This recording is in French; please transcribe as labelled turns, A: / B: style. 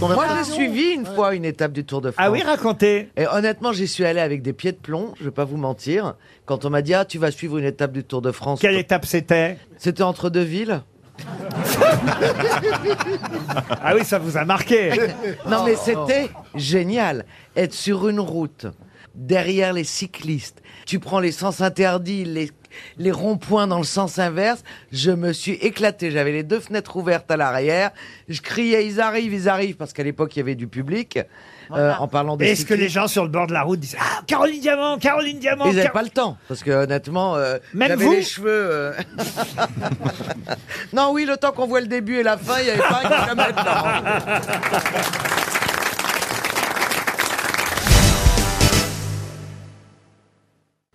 A: Moi, j'ai suivi une fois une étape du Tour de France.
B: Ah oui, racontez.
A: Et honnêtement, j'y suis allé avec des pieds de plomb, je vais pas vous mentir. Quand on m'a dit, ah, tu vas suivre une étape du Tour de France.
B: Quelle étape c'était
A: C'était entre deux villes.
B: Ah oui, ça vous a marqué.
A: Non,
B: Oh.
A: mais c'était génial. Être sur une route, derrière les cyclistes, tu prends les sens interdits, les, les ronds-points dans le sens inverse. Je me suis éclaté. J'avais les deux fenêtres ouvertes à l'arrière. Je criais, ils arrivent, ils arrivent, parce qu'à l'époque, il y avait du public. euh, en parlant des
B: Est-ce que les
A: cyclistes.
B: gens sur le bord de la route disent Ah, Caroline Diamant, Caroline Diamant
A: Ils n'avaient
B: Car-
A: pas le temps, parce que honnêtement, euh,
B: Même
A: j'avais
B: vous
A: les cheveux. euh. non, oui, le temps qu'on voit le début et la fin, il n'y avait pas un kilomètre. non.